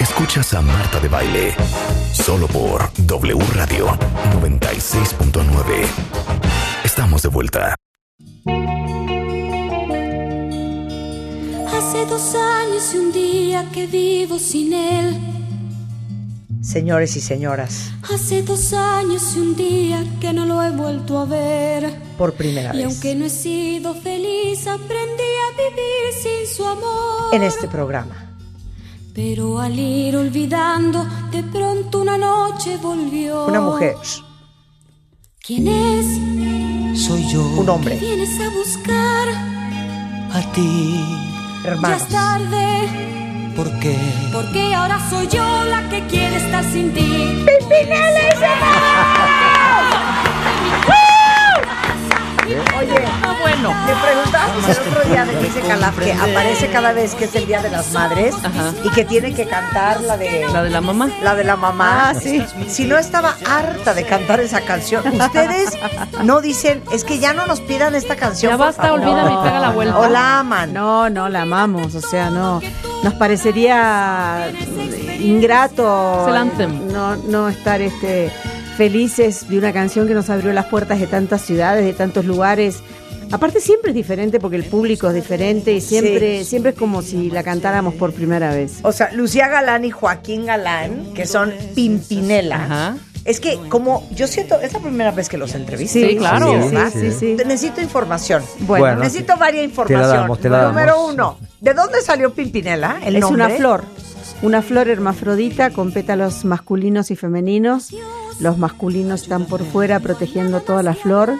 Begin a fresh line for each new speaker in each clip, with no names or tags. Escuchas a Marta de Baile solo por W Radio 96.9. Estamos de vuelta.
Hace dos años y un día que vivo sin él.
Señores y señoras,
Hace dos años y un día que no lo he vuelto a ver.
por primera
Y
vez
aunque no he sido feliz, aprendí a vivir sin su amor.
en este programa,
Pero al ir olvidando, de pronto una noche volvió.
una mujer,
¿Quién es?
soy yo
un hombre,
Vienes a buscar.
a ti
Ya
hermanos,
es tarde.
porque
Porque ahora soy yo la que quiere estar sin ti.
bueno, le preguntamos el otro día de Dice Calaf que aparece cada vez que es el Día de las Madres
Ajá.
y que tiene que cantar la de
La de la mamá.
la de la mamá.
Ah, sí.
Si no estaba harta de cantar esa canción, ustedes no dicen, es que ya no nos pidan esta canción.
Ya
por
basta,
favor".
olvídame y pega la vuelta.
O la aman.
No, no, la amamos, o sea, no. Nos parecería ingrato
Es el anthem.
no, no estar este, felices de una canción que nos abrió las puertas de tantas ciudades, de tantos lugares. Aparte siempre es diferente porque el público es diferente y siempre,
Sí.
siempre es como si la cantáramos por primera vez.
O sea, Lucía Galán y Joaquín Galán, que son Pimpinela.
Ajá.
Es que como yo siento, es la primera vez que los entrevisto.
Sí, claro.
Sí,
¿verdad?
sí, sí.
Necesito información.
Bueno,
Bueno,
Necesito varias información.
damos, te la
Número
damos.
uno, ¿de dónde salió Pimpinela? El
es
nombre?
una flor. Una flor hermafrodita con pétalos masculinos y femeninos. Los masculinos están por fuera protegiendo toda la flor.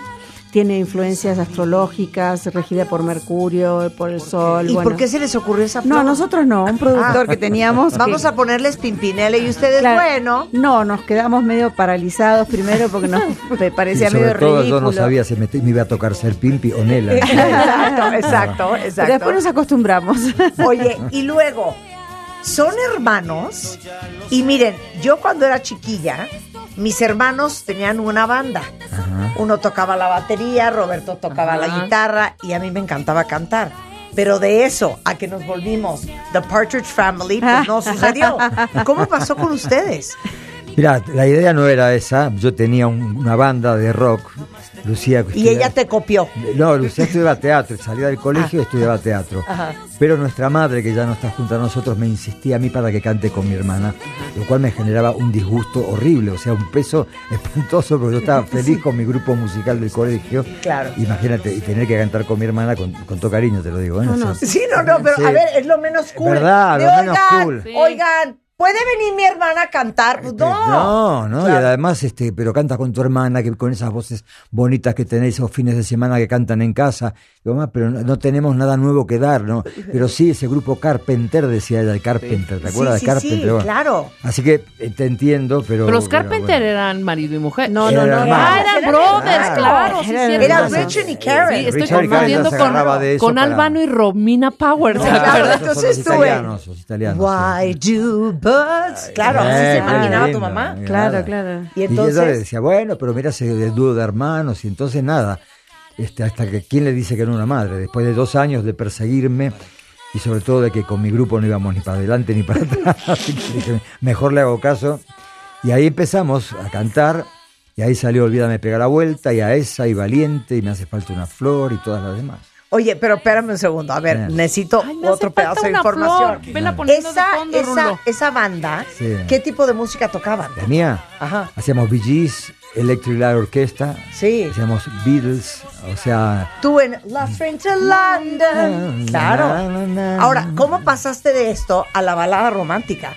Tiene influencias astrológicas, regida por Mercurio, por el Sol.
¿Y
bueno.
por qué se les ocurrió esa flor?
No, nosotros no. Un
Ah.
productor que teníamos.
Vamos
que-
a ponerles Pimpinela y ustedes,
Claro.
bueno.
No, nos quedamos medio paralizados primero porque nos me
Y
parecía
sobre
medio
todo
ridículo.
yo no sabía si me, te- me iba a tocar ser Pimpi o Nela.
exacto, exacto,
Pero
exacto.
después nos acostumbramos.
Oye, y luego, son hermanos. Y miren, yo cuando era chiquilla, mis hermanos tenían una banda. Uno tocaba la batería, Roberto tocaba la
Ajá.
guitarra y a mí me encantaba cantar. Pero de eso a que nos volvimos The Partridge Family, pues no sucedió. ¿Cómo pasó con ustedes?
Mirá, la idea no era esa. Yo tenía un- una banda de rock. Lucía.
Y
estudia-
ella te Ah. copió.
No, Lucía estudiaba teatro. Salía del colegio y estudiaba teatro. Pero nuestra madre, que ya no está junto a nosotros, me insistía a mí para que cante con mi hermana, lo cual me generaba un disgusto horrible, o sea, un peso espantoso, porque yo estaba feliz con mi grupo musical del colegio.
Claro.
Imagínate, y tener que cantar con mi hermana, con, con todo cariño te lo digo. ¿eh? O sea,
Sí, no, no, pero a
Sí.
ver, es lo menos cool.
¿Verdad?
De,
Lo menos
oigan,
cool.
Sí.
oigan, ¿puede venir mi hermana a cantar? Pues
Este, no, no,
Claro.
y además, este, pero cantas con tu hermana, que con esas voces bonitas que tenéis esos fines de semana que cantan en casa. Digo, "Ma, pero no, no tenemos nada nuevo que dar, ¿no? Pero sí, ese grupo Carpenter, decía ella, el Carpenter, ¿te
sí,
acuerdas
sí,
de Carpenter?
sí,
Bueno,
claro.
Así que eh, te entiendo, pero.
Pero los
pero
Carpenter
bueno.
eran marido y mujer.
No, no,
Era
no.
hermano.
Ah,
Eran
eran brothers,
hermanos.
claro. sí,
Eran
cierto.
Era
hermanos.
Richard y Karen.
Sí, estoy
Richard y Karen
confundiendo
se
con,
agarraba de eso
con
para-
Albano y Romina Power. ¿te
Claro,
acuerdas?
esos son
Entonces
los
tú, eh.
italianos, los italianos. sí.
Why do birds? Claro, así
Eh,
se
qué
imaginaba tu
lindo,
mamá.
qué
Claro,
nada.
claro.
Y
Y ella le
entonces,
decía, bueno, pero mira ese de- dúo de hermanos, y entonces nada. Este, hasta que quién le dice que no una madre, después de dos años de perseguirme y sobre todo de que con mi grupo no íbamos ni para adelante ni para atrás, así que dije, mejor le hago caso. Y ahí empezamos a cantar, y ahí salió Olvídame Pega la Vuelta, y a esa, y Valiente, y Me hace falta una flor, y todas las demás.
oye, pero espérame un segundo, a ver,
Eh.
necesito
Ay, me hace
otro
falta
pedazo de
una
información.
flor. Vela poniendo de
Esa,
fondo,
esa,
Rulo.
esa banda,
Sí.
¿qué tipo de música tocaban?
La mía,
Ajá.
hacíamos Bee Gees, Electric Light Orquesta,
Sí.
hacíamos Beatles, o sea,
Tú en La French London. Claro. Ahora, ¿cómo pasaste de esto a la balada romántica?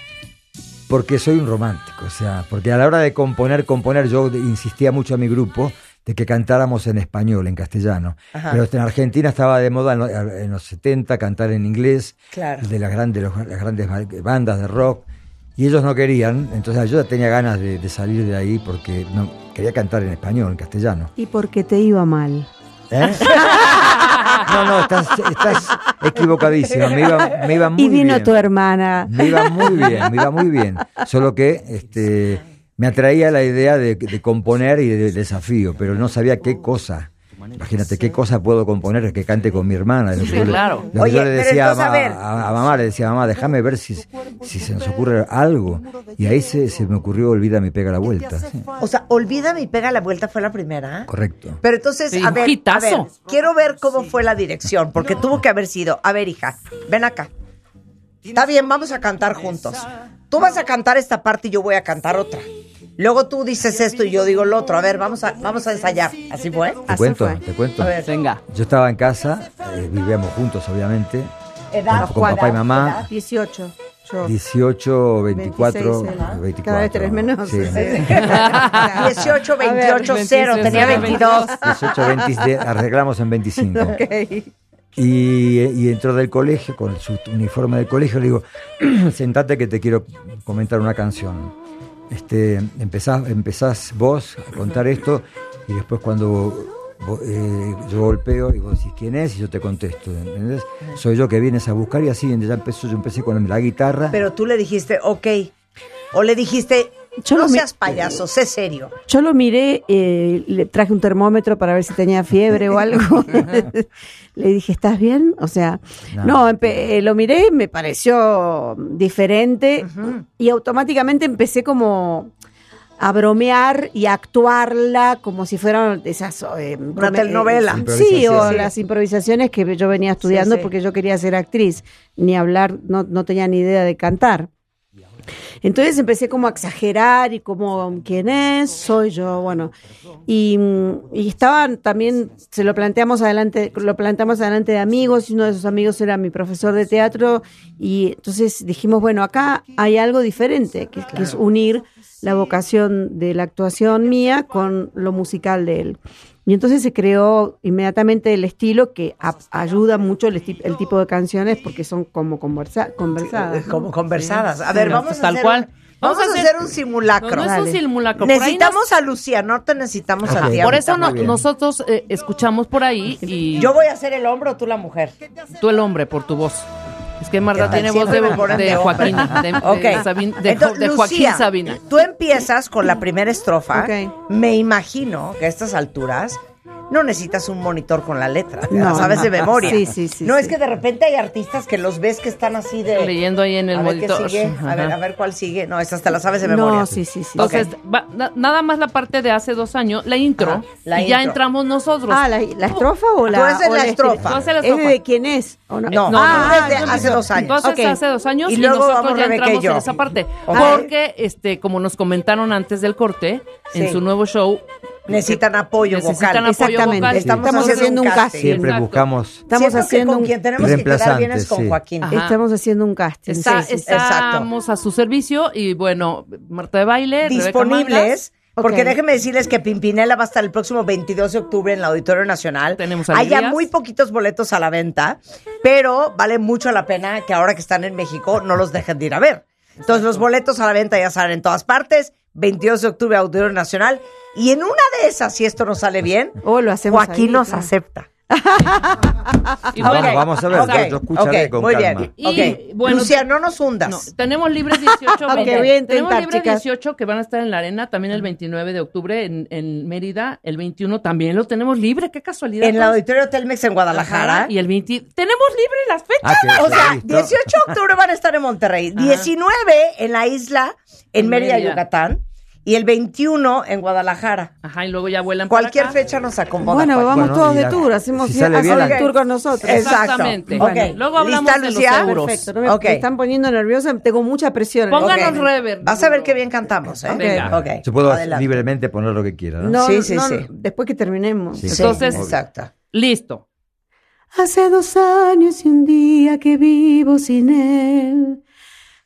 Porque soy un romántico, o sea, porque a la hora de componer, componer, yo de- insistía mucho a mi grupo de que cantáramos en español, en castellano.
Ajá.
Pero en Argentina estaba de moda en, lo- en los 70 cantar en inglés,
Claro.
de las grandes, los- las grandes ba- bandas de rock, y ellos no querían, entonces yo ya tenía ganas de, de salir de ahí porque no, quería cantar en español, en castellano.
Y porque te iba mal.
¿Eh? No, no, estás, estás equivocadísima, me iba, me iba muy
y vino
bien.
tu hermana.
Me iba muy bien, me iba muy bien. Solo que este, me atraía la idea de, de componer y del desafío, pero no sabía qué cosa. Imagínate qué cosa puedo componer que cante con mi hermana.
Sí,
Lo que yo le-
claro.
lo que
Oye,
yo le
pero
decía a,
entonces, a
ma-
ver.
a- a mamá, le decía mamá, déjame ver si, si se nos ocurre algo. Y ahí se, se me ocurrió Olvida mi pega la vuelta. sí.
O sea, Olvídame y pega la vuelta fue la primera.
Correcto.
Pero entonces,
Sí,
a
un
ver, a
hitazo.
ver, quiero ver cómo fue la dirección, porque tuvo que haber sido, a ver, hija, ven acá. Está bien, vamos a cantar juntos. Tú vas a cantar esta parte y yo voy a cantar otra. Luego tú dices esto y yo digo lo otro. A ver, vamos a, vamos a ensayar. ¿Así Ah, fue?
Te
Así
cuento,
fue.
te cuento.
A ver.
Venga.
Yo estaba en casa, eh, vivíamos juntos obviamente,
Edad,
con, con papá y mamá,
18. Yo.
18, 24,
26, ¿eh?
24.
Cada vez tres menos.
Sí.
18, 28, 0.
26,
Tenía 22.
18, 20, arreglamos en 25.
Ok.
Y, y entró del colegio con su uniforme del colegio. Le digo, sentate que te quiero comentar una canción. Este, empezás, empezás vos a contar esto y después cuando vo- eh, yo golpeo y vos decís quién es y yo te contesto. ¿entendés? Soy yo que vienes a buscar y así ya empezó, yo empecé con la guitarra.
Pero tú le dijiste, ok. O le dijiste,
Yo
no
lo mi-
seas payaso, sé serio.
Yo lo miré, eh, le traje un termómetro para ver si tenía fiebre o algo. le dije, ¿estás bien? O sea,
No.
no, empe- eh, lo miré, me pareció diferente y automáticamente empecé como a bromear y a actuarla como si fueran esas... eh, brome-
telenovela.
eh, Sí, o
Improvisaciones.
las improvisaciones que yo venía estudiando
sí.
porque yo quería ser actriz, ni hablar, no, no tenía ni idea de cantar. Entonces empecé como a exagerar y como, ¿quién es? Soy yo, bueno. Y, mm, y estaban también, se lo planteamos adelante, lo planteamos adelante de amigos, y uno de esos amigos era mi profesor de teatro, y entonces dijimos, bueno, acá hay algo diferente, que, que es unir la vocación de la actuación mía con lo musical de él. Y entonces se creó inmediatamente el estilo que a- ayuda mucho el, esti- el tipo de canciones porque son como conversa- conversadas. ¿no?
Como conversadas. A ver,
Sí,
vamos
pues,
a
tal
hacer,
cual.
Vamos, a hacer un
No,
simulacro.
no es un
Dale.
simulacro. por ahí
Necesitamos a Lucía Norte, necesitamos
Ok.
a ti.
nos- Por
ahorita.
eso no-
Muy bien.
nosotros eh, escuchamos por ahí y
Yo voy a hacer el hombro, tú la mujer.
tú el hombre por tu voz. Es que Marta
Que
tiene voz
siempre
de,
me ponen
de
de hombre.
Joaquín, de, de
Ok.
Sabin- de-
Entonces,
de Joaquín
Lucía,
Sabina.
Tú empiezas con la primera estrofa.
Ok.
Me imagino que a estas alturas no necesitas un monitor con la letra. te la
No,
sabes de
no.
memoria.
Sí, sí, sí,
No es
sí.
que de repente hay artistas que los ves que están así de.
Leyendo ahí en el
a ver qué
monitor.
sigue, a ver,
Ajá.
a ver cuál sigue. No, estas te las sabes de memoria.
No, sí, sí, sí.
Entonces, va- na- nada más la parte de hace dos años, la intro,
Ajá, la
y ya
intro.
entramos nosotros.
Ah, ¿la, la estrofa o la.?
Tú haces
o
la
estre-
estrofa. Eh,
Tú haces la
¿Es
estrofa.
de quién es? ¿O Eh, no? Ah,
No,
No,
no,
no,
es de
no, no,
hace
no.
dos años.
Entonces,
Ok.
hace dos años
Y
y,
luego
nosotros
vamos
ya
Rebeca y
entramos
yo.
en esa parte.
Ok.
Porque, este, como nos comentaron antes del corte,
Sí.
en su nuevo show,
Necesitan apoyo
necesitan
vocal.
apoyo
Exactamente.
vocal.
Estamos,
Estamos
haciendo
haciendo
un
un
casting.
casting.
Siempre
Exacto.
buscamos...
Estamos
Siento que
haciendo
con
un-
quien tenemos que quedar bien es
Reemplazantes,
con
sí.
Joaquín.
Ajá.
Estamos haciendo un casting.
está-
sí, sí, sí.
estamos a su servicio y bueno, Marta de Baile, Rebeca Mangas,
Eh, disponibles.
Ok.
Porque déjenme decirles que Pimpinela va a estar el próximo 22 de octubre en el Auditorio Nacional.
Tenemos
Hay ya
alegrías.
muy poquitos boletos a la venta, pero vale mucho la pena que ahora que están en México no los dejen de ir a ver. Entonces los boletos a la venta ya salen en todas partes. 22 de octubre Auditorio Nacional. Y en una de esas, si esto nos sale bien,
O lo hacemos.
Joaquín
ahí,
nos
claro.
acepta.
y
Ah,
Vamos,
bueno,
vamos a ver,
Ah, ok.
yo- yo escucharé
ok,
con
muy
calma.
bien.
Y,
Ok.
bueno,
Lucía, no nos hundas.
No, tenemos libres 18,
Ok,
20.
voy a intentar,
tenemos libres
chicas.
18 que van a estar en la arena también el 29 de octubre en, en Mérida, el 21 también lo tenemos libre, qué casualidad.
En el Auditorio Telmex en Guadalajara.
Y el 20 tenemos libre las fechas.
Ah, que-
O sea,
listo.
18 de octubre van a estar en Monterrey, 19 en la isla, en
En
Mérida,
Mérida.
Yucatán, y el 21 en Guadalajara.
Ajá, y luego ya vuelan para
Cualquier
acá.
fecha nos acomoda. pues.
Bueno,
Juan.
vamos
Bueno,
todos
y
de
la-
tour. Hacemos
si sale
hacen
bien,
el
la-
tour con nosotros.
Exactamente.
Exacto.
Bueno,
Ok.
luego hablamos
¿Lista,
de los
Lucía?
seguros.
Perfecto. no me,
Ok.
me están poniendo nerviosa. Tengo mucha presión.
Pongan-
Ok.
Pónganos reverb.
Vas a ver qué bien cantamos, ¿eh?
Venga.
Ok.
Ah, Yo puedo
Adelante.
libremente poner lo que quiera, ¿no?
No,
Sí, sí,
no,
sí.
no, Después que terminemos.
Sí.
Sí,
Entonces-
exacto.
Listo.
Hace dos años y un día que vivo sin él.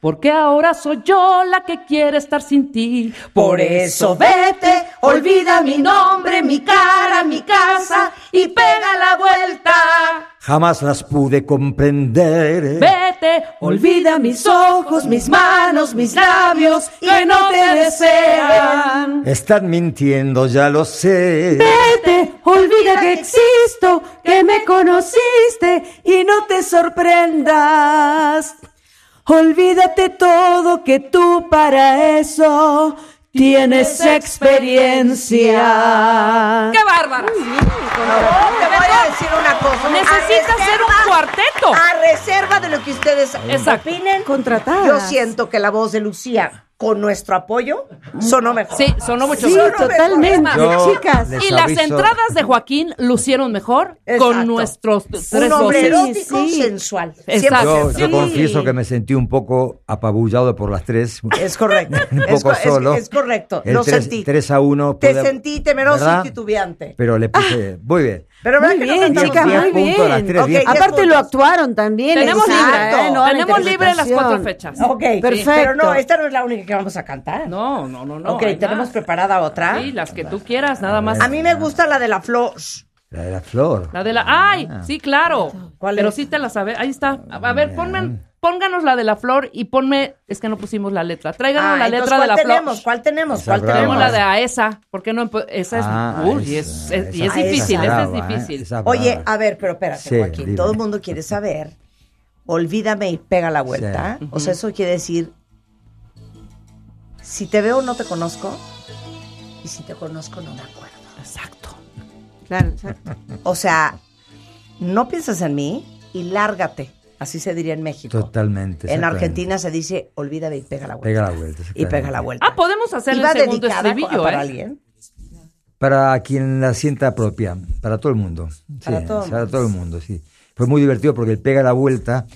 Porque ahora soy yo la que quiere estar sin ti.
Por eso vete, olvida mi nombre, mi cara, mi casa y pega la vuelta.
Jamás las pude comprender. ¿eh?
Vete, olvida mis ojos, mis manos, mis labios que no te desean.
Están mintiendo, ya lo sé.
Vete, olvida que existo, que me conociste y no te sorprendas. Olvídate todo que tú para eso tienes experiencia. ¡Qué bárbara!
No, te voy a decir una cosa.
Necesita
A
ser un
reserva-
cuarteto.
A reserva de lo que ustedes
Exacto.
opinen.
Contratadas.
Yo siento que la voz de Lucía, con nuestro apoyo, sonó mejor.
Sí, sonó mucho
Sí,
mejor.
totalmente,
Yo-
chicas.
Les
Y las
aviso-
entradas de Joaquín lucieron mejor
Exacto.
con nuestros tres
Un hombre
voces.
voces.
erótico
Sí, sí.
sensual.
Exacto.
Yo,
100%.
yo
Sí.
confieso que me sentí un poco apabullado por las tres.
Es correcto.
Un
es,
poco
co- es-
solo.
es correcto.
El
Lo
tres-
sentí.
tres a uno,
Te
pude-
sentí temeroso
¿verdad?
y titubeante. Ah.
Pero le puse. Muy bien.
Pero ¿verdad
Muy
que no
bien,
cantamos
chicas,
mal?
muy
Diez puntos, las
bien.
tres,
Ok,
diez.
diez
Aparte lo
puntos.
actuaron también.
Tenemos
Exacto.
libre,
libre,
¿eh? No, la
tenemos libre las cuatro
interpretación.
fechas.
Ok,
Perfecto.
pero no, esta no es la única que vamos a cantar.
No, no, no, no.
ok,
hay
tenemos
más.
preparada otra.
Sí, las que tú quieras, nada más.
A mí me gusta la de la flor.
La de la flor.
La ah, de la. ¡Ay!
Ah.
Sí, claro.
¿Cuál
Pero
es?
sí te la sabes. Ahí está. A, a ver, ponme, pónganos la de la flor y ponme. Es que no pusimos la letra. Tráiganos
Ah,
la
entonces,
letra de la
¿Cuál
flor.
tenemos? ¿Cuál tenemos?
Esa
¿Cuál
brava.
Tenemos
tenemos?
la de a esa. ¿Por qué no? empo- Esa es.
Ah,
uy,
esa,
es, es- y
esa,
es
esa
difícil. Esa
brava, ¿eh?
es difícil.
Esa
Oye,
brava.
a ver, pero espérate,
Sí,
Joaquín.
dime.
Todo el mundo quiere saber. Olvídame y pega la vuelta. O sea, eso quiere decir. Si te veo, no te conozco. Y si te conozco, no me acuerdo.
Exacto.
Claro, exacto.
O sea, no piensas en mí y lárgate. Así se diría en México.
Totalmente.
En
exactamente.
Argentina se dice olvídame y pega la vuelta.
Pega la vuelta,
Y pega la
exactamente.
vuelta.
Ah, podemos hacer
¿Y va
el segundo
dedicada
estribillo,
para
¿eh?
alguien?
Para quien la sienta propia, para todo el mundo. Sí,
Para todo el
para todo el mundo, sí. Fue muy divertido porque el pega la vuelta,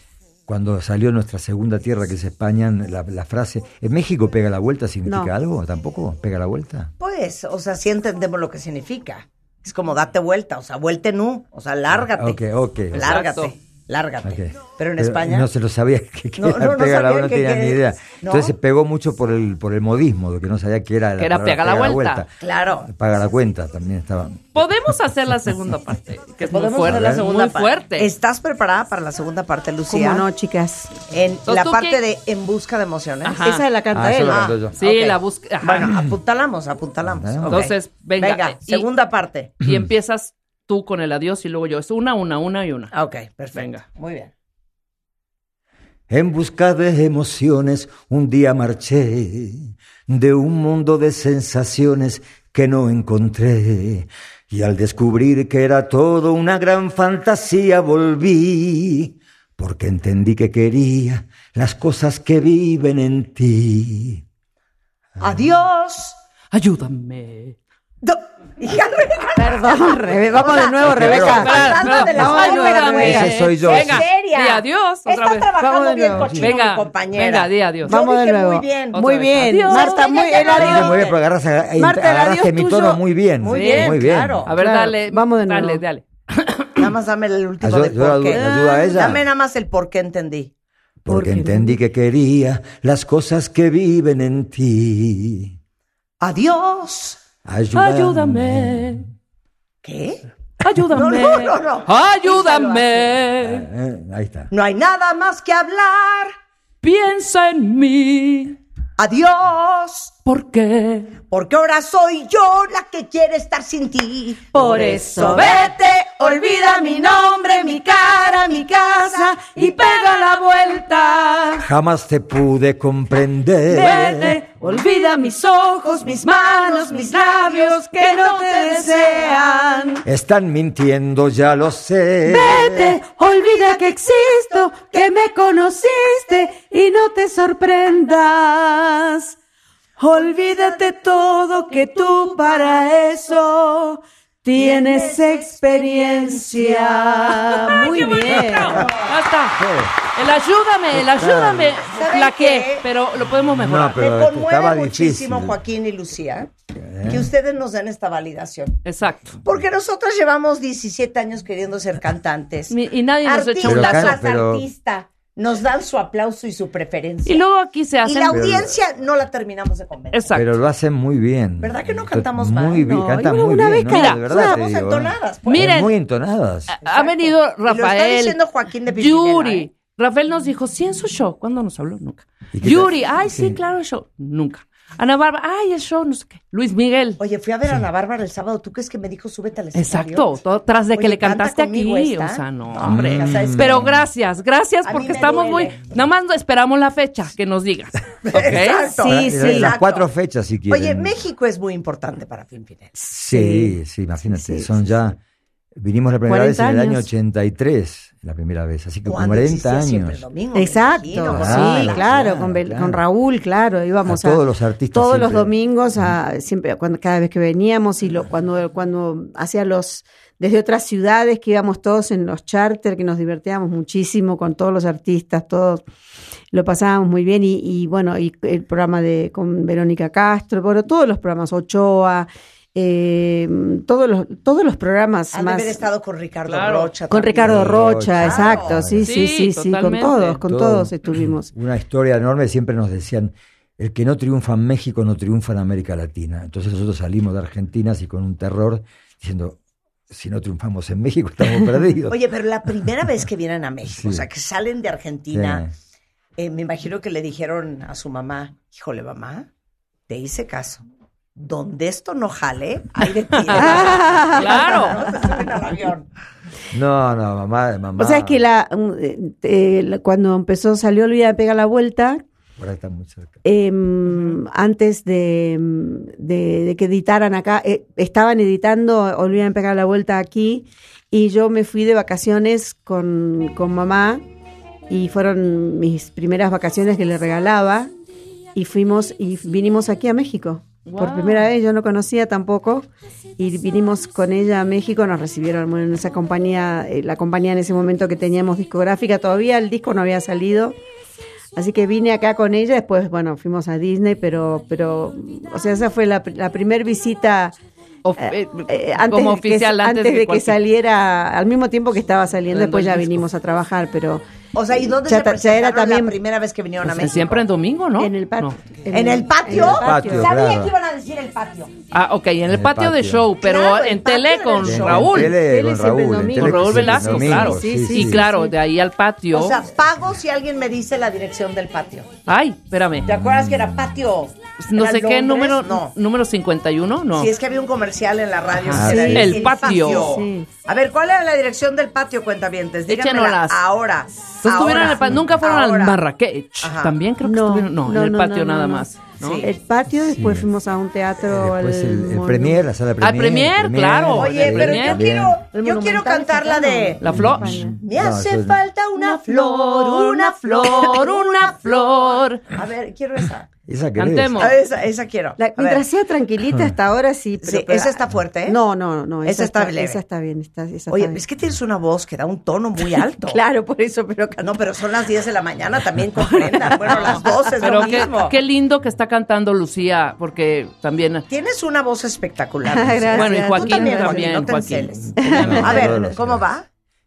cuando salió en nuestra segunda tierra, que es España, la, la frase, ¿en México pega la vuelta significa
No.
algo? ¿Tampoco? ¿Pega la vuelta?
Pues, o sea, sí entendemos lo que significa. Es como date vuelta, o sea, vuelte nu, o sea, lárgate.
Ok, ok.
Eh, Lárgate,
Exacto.
lárgate.
Ok.
Pero en España.
No se lo sabía que, que
No,
era
no, no
pega la
sabía
vuelta, no
que-
tenía
que-
ni idea.
¿no?
Entonces se pegó mucho por el, por el modismo, de que no sabía que era la
Que era pega
palabra
la vuelta.
Claro.
Paga la cuenta también estaba.
Podemos hacer la segunda parte. Que es muy
Podemos
fuerte.
hacer la
es
segunda
muy
parte.
fuerte.
¿Estás preparada para la segunda parte, Lucía?
¿Cómo no, chicas?
En
¿Tú
la
qué?
parte de En busca de emociones.
Ajá.
Esa la canta
Ah, eso
él.
lo canto yo.
Sí,
Ok.
la busca. ajá.
Bueno, apuntalamos, apuntalamos.
Ah.
Ok.
Entonces, venga, eh, y-
segunda parte.
Y empiezas tú con el adiós y luego yo. Es una, una, una y una.
Ah, Ok, perfecto.
Venga.
Muy bien.
En busca de emociones un día marché de un mundo de sensaciones que no encontré. Y al descubrir que era todo una gran fantasía volví, porque entendí que quería las cosas que viven en ti.
Adiós.
Ayúdame.
Do- Hija,
Perdón, Rebe- vamos de nuevo, Rebeca.
pasando de la
Vamos de nuevo,
ópera, güey.
Rebeca.
Ese soy yo.
Venga,
Seria.
di adiós.
Está
otra vez.
Vamos
trabajando
de
bien
nuevo.
cochino, mi compañera.
venga, di adiós.
Yo
Vamos de
dije
nuevo.
Muy bien.
Otra
Muy
vez.
bien,
Adiós.
Marta, muy
Ella
el
ya
adiós.
ganó.
Muy bien, porque agarras- agarraste
Marta, el adiós
mi
tuyo-
tono muy bien.
Muy bien,
muy bien.
claro.
A ver,
Claro,
dale.
vamos de nuevo.
Dale, dale.
Nada más dame el último
Ayuda-
de
ayuda-
por qué.
ayuda
Ah,
a ella.
Dame nada más el por qué entendí.
Porque entendí que quería las cosas que viven en ti.
Adiós.
Eh,
Ayúdame.
¿Qué?
Ayúdame.
No, no, no, no.
Ayúdame.
Eh, ahí está.
No hay nada más que hablar.
Piensa en mí.
Adiós.
¿Por qué?
Porque ahora soy yo la que quiere estar sin ti.
Por eso
vete,
olvida mi nombre, mi cara, mi casa y pega la vuelta.
Jamás te pude comprender.
Vete, olvida mis ojos, mis manos, mis labios que no te desean.
Están mintiendo, ya lo sé.
Vete, olvida que existo, que me conociste y no te sorprendas. Olvídate todo que tú para eso tienes experiencia. Muy bien.
Ya está. El ayúdame, el ayúdame.
¿Saben
La
qué?
que, pero lo podemos mejorar.
No, pero
Me conmueve
estaba
muchísimo,
difícil.
Joaquín y Lucía, que ustedes nos den esta validación.
Exacto.
Porque nosotros llevamos 17 años queriendo ser cantantes.
Mi- y nadie nos
artistas
echa
un
tras
Pero, claro, pero-
artista. nos dan su aplauso y su preferencia.
Y luego aquí se
Y
hacen.
la audiencia no la terminamos de convencer.
Exacto.
Pero lo hacen muy bien.
¿Verdad que no cantamos mal?
Muy bien,
No,
cantan
yo
muy
una vez
bien.
que- Mira,
no, de verdad te
vamos
digo, ¿eh?
entonadas, pues.
Miren.
Muy entonadas.
ha venido
Y lo está
Rafael.
diciendo Joaquín de Pimpinela, ¿eh?
Yuri. Rafael nos dijo, sí, en su show. ¿Cuándo nos habló? Nunca.
¿Y qué tal?
Yuri, ay, sí,
Sí.
claro, el show. Nunca. Ana Bárbara, ay, el show, no sé qué. Luis Miguel.
Oye, fui a ver a Ana Bárbara el sábado. ¿Tú crees que me dijo súbete al escenario?
Exacto, todo tras de que
Oye,
le
canta
cantaste
conmigo
aquí,
esta.
o sea, no,
No,
hombre.
ya sabes que-
Pero gracias, gracias
A mí
porque
me
estamos
duele.
muy, nada más esperamos la fecha que nos digas. ¿ok?
Exacto.
Sí, sí.
Las- Las
Exacto.
cuatro fechas, si quieren.
Oye, México es muy importante para Pimpinela.
Sí, sí, imagínate.
Sí, sí,
son ya. Vinimos la primera vez en
40
el año
años.
83, la primera vez. Así que
Cuando
40
existía siempre el
años.
domingo, me
Exacto,
imagino,
sí,
Claro,
claro,
claro,
con, Bel-
claro.
con Raúl, claro, íbamos
A
a,
todos los artistas
todos los
siempre.
domingos, a, siempre cuando, cada vez que veníamos y lo, cuando cuando hacía los desde otras ciudades que íbamos todos en los charter, que nos divertíamos muchísimo con todos los artistas, todos lo pasábamos muy bien y, y, bueno y el programa de con Verónica Castro, bueno todos los programas Ochoa, eh, todos los todos los programas
Han de
más
haber estado con Ricardo
Claro.
Rocha.
con
también.
Ricardo Rocha,
Rocha,
exacto,
claro.
sí, sí, sí,
Sí,
sí, con
totalmente.
todos, con
Todo-
todos estuvimos.
Una historia enorme, siempre nos decían, el que no triunfa en México no triunfa en América Latina. Entonces nosotros salimos de Argentina así con un terror, diciendo, si no triunfamos en México estamos perdidos.
Oye, pero la primera vez que vienen a México,
Sí.
o sea, que salen de Argentina, eh, me imagino que le dijeron a su mamá, híjole, mamá, te hice caso. Donde esto no jale, hay de ti. ¿eh?"
Claro.
No se suben al avión.
Sí. No, no, mamá, mamá.
O sea, es que la, mm, eh, eh, la- cuando empezó, salió Olvida de Pega la Vuelta,
Por ahí está muy cerca.
em, antes de, mm, de- de que editaran acá, eh, estaban editando Olvida de Pega la Vuelta aquí, y yo me fui de vacaciones con, con mamá, y fueron mis primeras vacaciones que le regalaba, y fuimos y vinimos aquí a México. Por
Guau.
primera vez yo no conocía tampoco y vinimos con ella a México, nos recibieron bueno, en esa compañía, eh, la compañía en ese momento que teníamos discográfica, todavía el disco no había salido. Así que vine acá con ella, después bueno, fuimos a Disney, pero pero o sea, esa fue la, pri- la primer visita
Of-
eh,
eh,
eh, antes,
como
de que-
oficial, antes,
antes de que
cualquier-
saliera, al mismo tiempo que estaba saliendo,
Del
después ya
disco.
vinimos a trabajar, pero
O sea, ¿y dónde
Ya
se
ta- ya
presentaron
era también-
la primera vez que vinieron a
Pues,
México?
Siempre en domingo, ¿no?
en el
No.
patio.
¿En el patio?
el patio,
Sabía
claro.
que iban a decir el patio.
Ah, ok, en el,
el
patio, de
patio.
show, pero
Claro, el
en
patio
tele
del
con
show.
En- en
Raúl.
tele,
Tele
con
siempre
Raúl, en
domingo.
tele
Con Raúl
siempre
Velasco,
domingo,
claro.
sí, sí,
y
sí.
claro, de ahí al patio.
O sea, pago si alguien me dice la dirección del patio.
Ay, espérame. Pues,
¿Te acuerdas que era patio?
No
¿Era
sé qué
Londres?
número,
No.
número 51, no.
Si es que había un comercial en la radio.
Ajá,
que era
sí.
El patio.
Sí.
A ver, ¿cuál era la dirección del patio, cuentavientes? Díganmela
Échenolas.
ahora.
No Pues estuvieron en el
ahora,
patio, nunca fueron
ahora.
al Marrakech.
Ajá.
También creo que
No,
estuvieron, no,
no,
en el
no,
patio
no,
nada
no, no.
más. ¿no?
Sí.
El patio, después
Sí. Eh,
fuimos a un teatro.
Después
al
el, el
Mon-
Premier, la sala Premier.
Premier, claro.
Oye,
El
pero
Premier.
yo
Bien.
quiero,
el
yo quiero
Monumental
cantar la de...
Mexicano.
La flor.
España.
Me
No,
hace
eso es-
falta una flor, una flor, una flor. A ver, quiero esa.
Esa que
Cantemos.
A esa, esa quiero.
La-
A ver.
mientras sea tranquilita hasta ahora sí. ah,
Sí, esa está fuerte, ¿eh?
No, no, no.
Esa está leve.
Esa está bien. Está, esa está
Oye,
bien.
es que tienes una voz que da un tono muy alto.
Claro, por eso, pero can-
No, pero son las 10 de la mañana, también comprendan. Bueno, las 12 es
Pero
lo
qué,
mismo.
qué lindo que está cantando Lucía, porque también.
Tienes una voz espectacular.
Ay,
Lucía.
gracias.
Bueno, y
Tú
Joaquín
también,
también,
no te
Joaquín.
enceles.
No,
A
no,
ver,
no,
¿cómo
no.
va?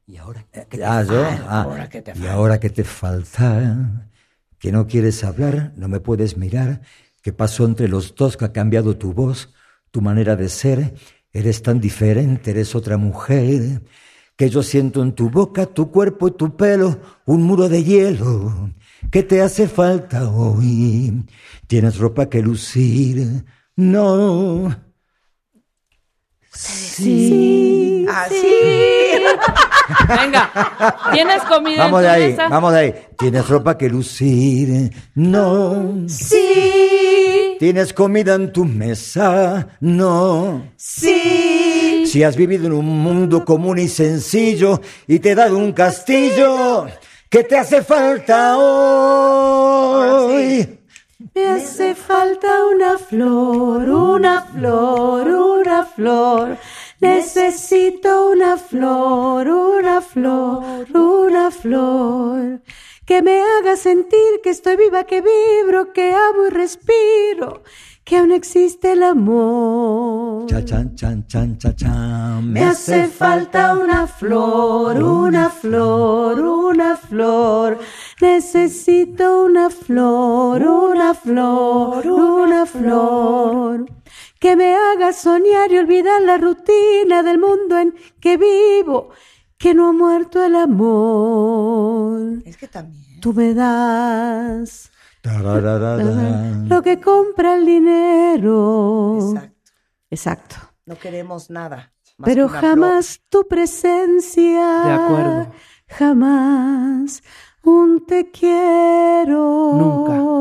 ¿Y ahora que te ah, yo, ah,
ahora que te
y ahora que te falta, que no quieres hablar, no me puedes mirar, ¿qué pasó entre los dos que ha cambiado tu voz, tu manera de ser? Eres tan diferente, eres otra mujer, que yo siento en tu boca, tu cuerpo y tu pelo un muro de hielo. ¿Qué te hace falta hoy? ¿Tienes ropa que lucir? No. sí.
Ah, Así.
Venga, ¿tienes comida
Vamos
en
de
tu
ahí,
mesa?
vamos de ahí. Tienes ropa que lucir, no. Sí. Tienes comida en tu mesa, no. Sí. Si has vivido en un mundo común y sencillo y te he dado un castillo, ¿qué te hace falta hoy?
me hace falta una flor, una flor, una flor. Necesito una flor, una flor, una flor. Que me haga sentir que estoy viva, que vibro, que amo y respiro, que aún existe el amor.
Cha, chan, chan, chan, cha, chan.
Me hace falta una flor, una flor, una flor. Necesito una flor, una flor, una flor que me haga soñar y olvidar la rutina del mundo en que vivo, que no ha muerto el amor.
Es que también.
Tú me das
Tararararán.
lo que compra el dinero.
Exacto.
Exacto.
No queremos nada. más
Pero
que una
jamás tu presencia.
De acuerdo.
Jamás un te quiero.
Nunca.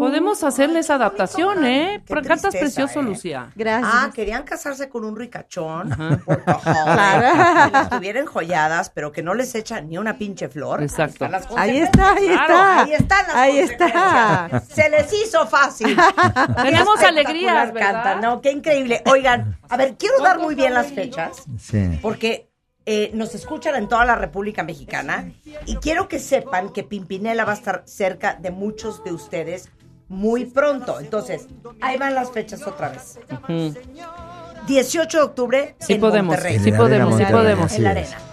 Podemos hacerles adaptación, ¿eh?
Qué
Pero Cantas
tristeza,
precioso,
¿eh?
Lucía.
flor.
Gracias.
Ah, querían casarse con un ricachón. Porque, joder, que las tuvieran joyadas, pero que no les echan ni una pinche flor.
Exacto.
Ahí están las
ahí está, ahí
Claro,
está.
Ahí están las
Ahí está.
consecuencias. Se les hizo fácil.
Tenemos
Qué espectacular
alegrías, ¿verdad?
canta, ¿no? Qué increíble. Oigan, a ver, quiero dar muy bien las fechas
Sí.
porque eh, nos escuchan en toda la República Mexicana y quiero que sepan que Pimpinela va a estar cerca de muchos de ustedes muy pronto. Entonces, ahí van las fechas otra vez. 18 de octubre
Sí
en
podemos,
Monterrey,
sí
En la
podemos, sí
Arena
podemos.
Monterrey,
en la
así es.
arena.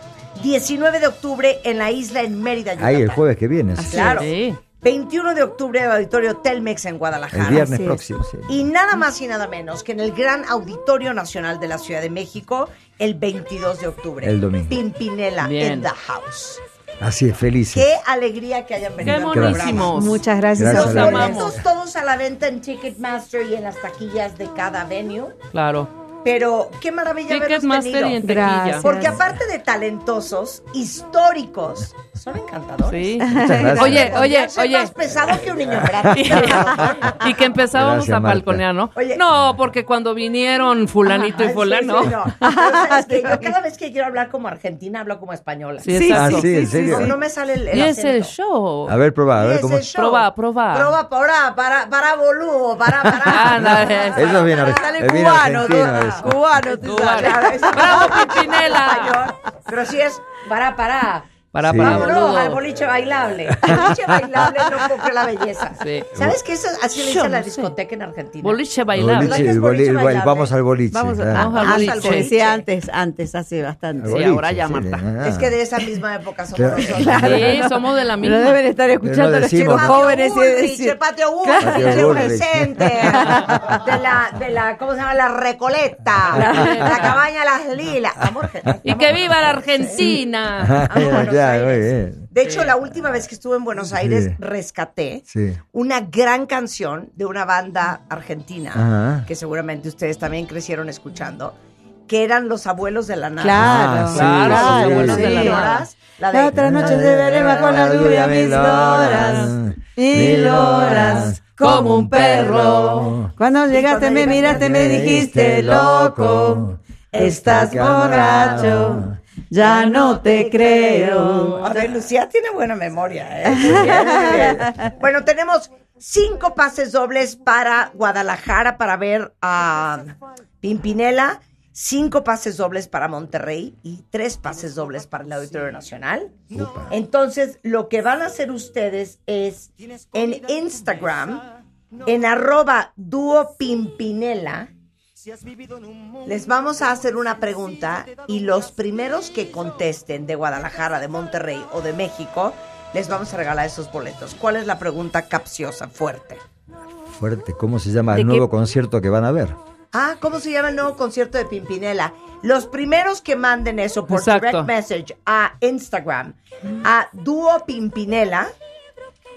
19 de octubre en la isla en Mérida, Yucatán.
Ahí el jueves que viene, sí.
Claro.
Sí.
21 de octubre en el auditorio Telmex en Guadalajara.
el viernes
es.
próximo. sí.
Y nada más y nada menos que en el Gran Auditorio Nacional de la Ciudad de México el 22 de octubre.
El domingo.
Pimpinela
Bien.
in the house.
Así es, felices.
Qué alegría que hayan venido.
Qué
al programa.
monísimos.
Muchas gracias,
Gracias,
Los
Los
a ustedes.
amamos.
boletos todos a la venta en Ticketmaster y en las taquillas de cada venue.
Claro.
Pero qué maravilla haberlos
Ticketmaster y en
tenido.
tequilla.
Gracias.
Porque aparte de talentosos, históricos, son encantadores.
Sí.
Muchas gracias.
Oye, oye,
Confiarse es
oye.
más pesado que un niño gratis.
y que empezábamos
Gracias,
a
Marta.
balconear, ¿no?
Oye.
no, porque cuando vinieron fulanito y
Ay, sí,
fulano.
sí, no. Pero sabes que yo cada vez que quiero hablar como argentina, hablo como española.
Sí,
Sí,
Ah,
exacto.
sí, en serio.
No, no me sale el, el
Y es el
acento.
show.
A ver, probá, a
Y
ver
es
cómo.
el show.
Proba, proba. Ah,
Proba, para, para, para, boludo, para, para.
Ándale.
Eso es bien, ar-
Sale
es bien
cubano,
argentino
¿no?
eso.
Cubano, te
Cubano.
sale.
Claro, es-
Bravo, Pimpinela.
Español, Pero sí es para, para.
Para,
Sí.
para,
Vámonos
boludo.
al boliche bailable. El boliche bailable no compra la belleza.
Sí.
¿Sabes que eso, así le
Yo
dicen la
no sé.
discoteca en Argentina?
Boliche bailar.
Boliche,
¿Verdad que es
el
boliche
boli- el baile,
bailable?
Vamos al boliche.
Vamos,
claro.
vamos al
hasta el
boliche.
boliche. Sí, antes, antes, hace
Al
bastante.
Sí, ahora ya,
sí, Eh,
Marta.
nada.
Es que de esa misma época somos
Ah. Claro.
nosotros.
Sí, somos de la
Pero
misma.
deben estar escuchando
Pero no
a los
decimos,
chicos
¿no?
jóvenes y
Bullrich,
decir,
el patio
Patio
Bullrich, el
Bullrich.
presente, de la, de la, ¿cómo se llama? La Recoleta, la cabaña Las Lilas. Amor, que-
Y que viva la Argentina.
Ah,
amo Buenos
ya, eh. muy
Aires.
bien.
De hecho, la última vez que estuve en Buenos Aires, rescaté
Sí.
una gran canción de una banda argentina,
Ajá.
que seguramente ustedes también crecieron escuchando, que eran Los Abuelos de la Nada.
Claro,
Ah, sí, Ah,
claro,
los abuelos
sí.
de la nada.
La de-
La otra noche te veremos con la lluvia mil horas, mil horas, como un perro. Cuando llegaste me miraste, me dijiste loco, estás borracho, ya no te creo.
A ver, Lucía tiene buena memoria. ¿eh? Muy bien, muy bien. bueno, tenemos cinco pases dobles para Guadalajara para ver a Pimpinela, cinco pases dobles para Monterrey y tres pases dobles para el Auditorio Nacional. Entonces, lo que van a hacer ustedes es en Instagram, en arroba dúo Pimpinela. Les vamos a hacer una pregunta y los primeros que contesten de Guadalajara, de Monterrey o de México, les vamos a regalar esos boletos. ¿Cuál es la pregunta capciosa, fuerte?
Fuerte, ¿cómo se llama
¿De
el
qué-
nuevo concierto que van a ver?
Ah, ¿cómo se llama el nuevo concierto de Pimpinela? Los primeros que manden eso por
Exacto.
direct message a Instagram, a Dúo Pimpinela.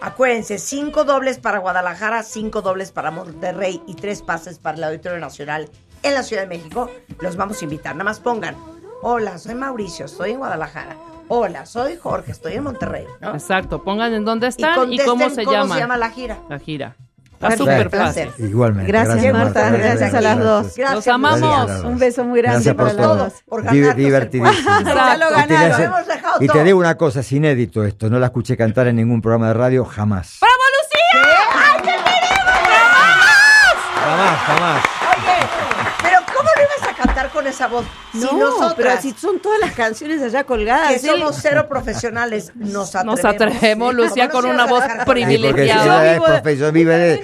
Acuérdense, cinco dobles para Guadalajara, cinco dobles para Monterrey y tres pases para el Auditorio Nacional en la Ciudad de México. Los vamos a invitar. Nada más pongan, hola, soy Mauricio, estoy en Guadalajara. Hola, soy Jorge, estoy en Monterrey. ¿no?
Exacto. Pongan en dónde
Y
están y,
contesten
cómo se llama
la gira.
la gira. Está
Perfecto.
súper
Placer.
fácil.
Igualmente.
Gracias, Marta,
gracias a las
dos.
Gracias.
Los amamos.
Gracias.
Un beso muy grande
Gracias por
para
por todo.
todos.
todos.
por ganarnos el
divertidísimo.
puesto.
Ya lo
Y te voy a
ganaron,
hacer-
hemos dejado
Y
todo.
te digo una cosa, es inédito esto, no la escuché cantar en ningún programa de radio jamás.
¡Bravo, Lucía!
Jamás, jamás.
Oye, pero ¿cómo lo ibas a cantar con esa voz? si nosotras,
pero si son todas las canciones allá
que
colgadas. ¿eh? ¿sí?
somos cero profesionales, nos atrevemos.
Nos atrevemos,
¿Cómo
Lucía,
no
con
se
una
vas a
voz
dejar con-
Sí, porque
privilegiada.
ella es profesor, vive de,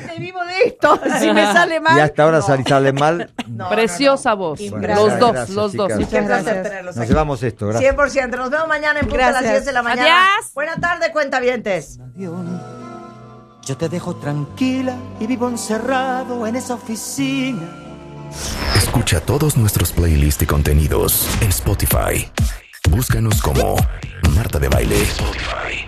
esto, si me sale mal.
Y hasta ahora
no.
sal- sale mal.
No,
Preciosa
no, no.
voz.
Bueno,
los
gracias,
dos,
gracias,
los dos.
chicas.
Qué
Muchas
placer
gracias.
tenerlos
Nos
aquí.
llevamos esto, gracias.
100%. Nos vemos mañana en punto a las
Gracias.
10 de la mañana.
Adiós.
Buena tarde, cuentavientes.
avión. Yo te dejo tranquila y vivo encerrado en esa oficina.
Escucha todos nuestros playlists y contenidos en Spotify. Búscanos como Marta de Baile.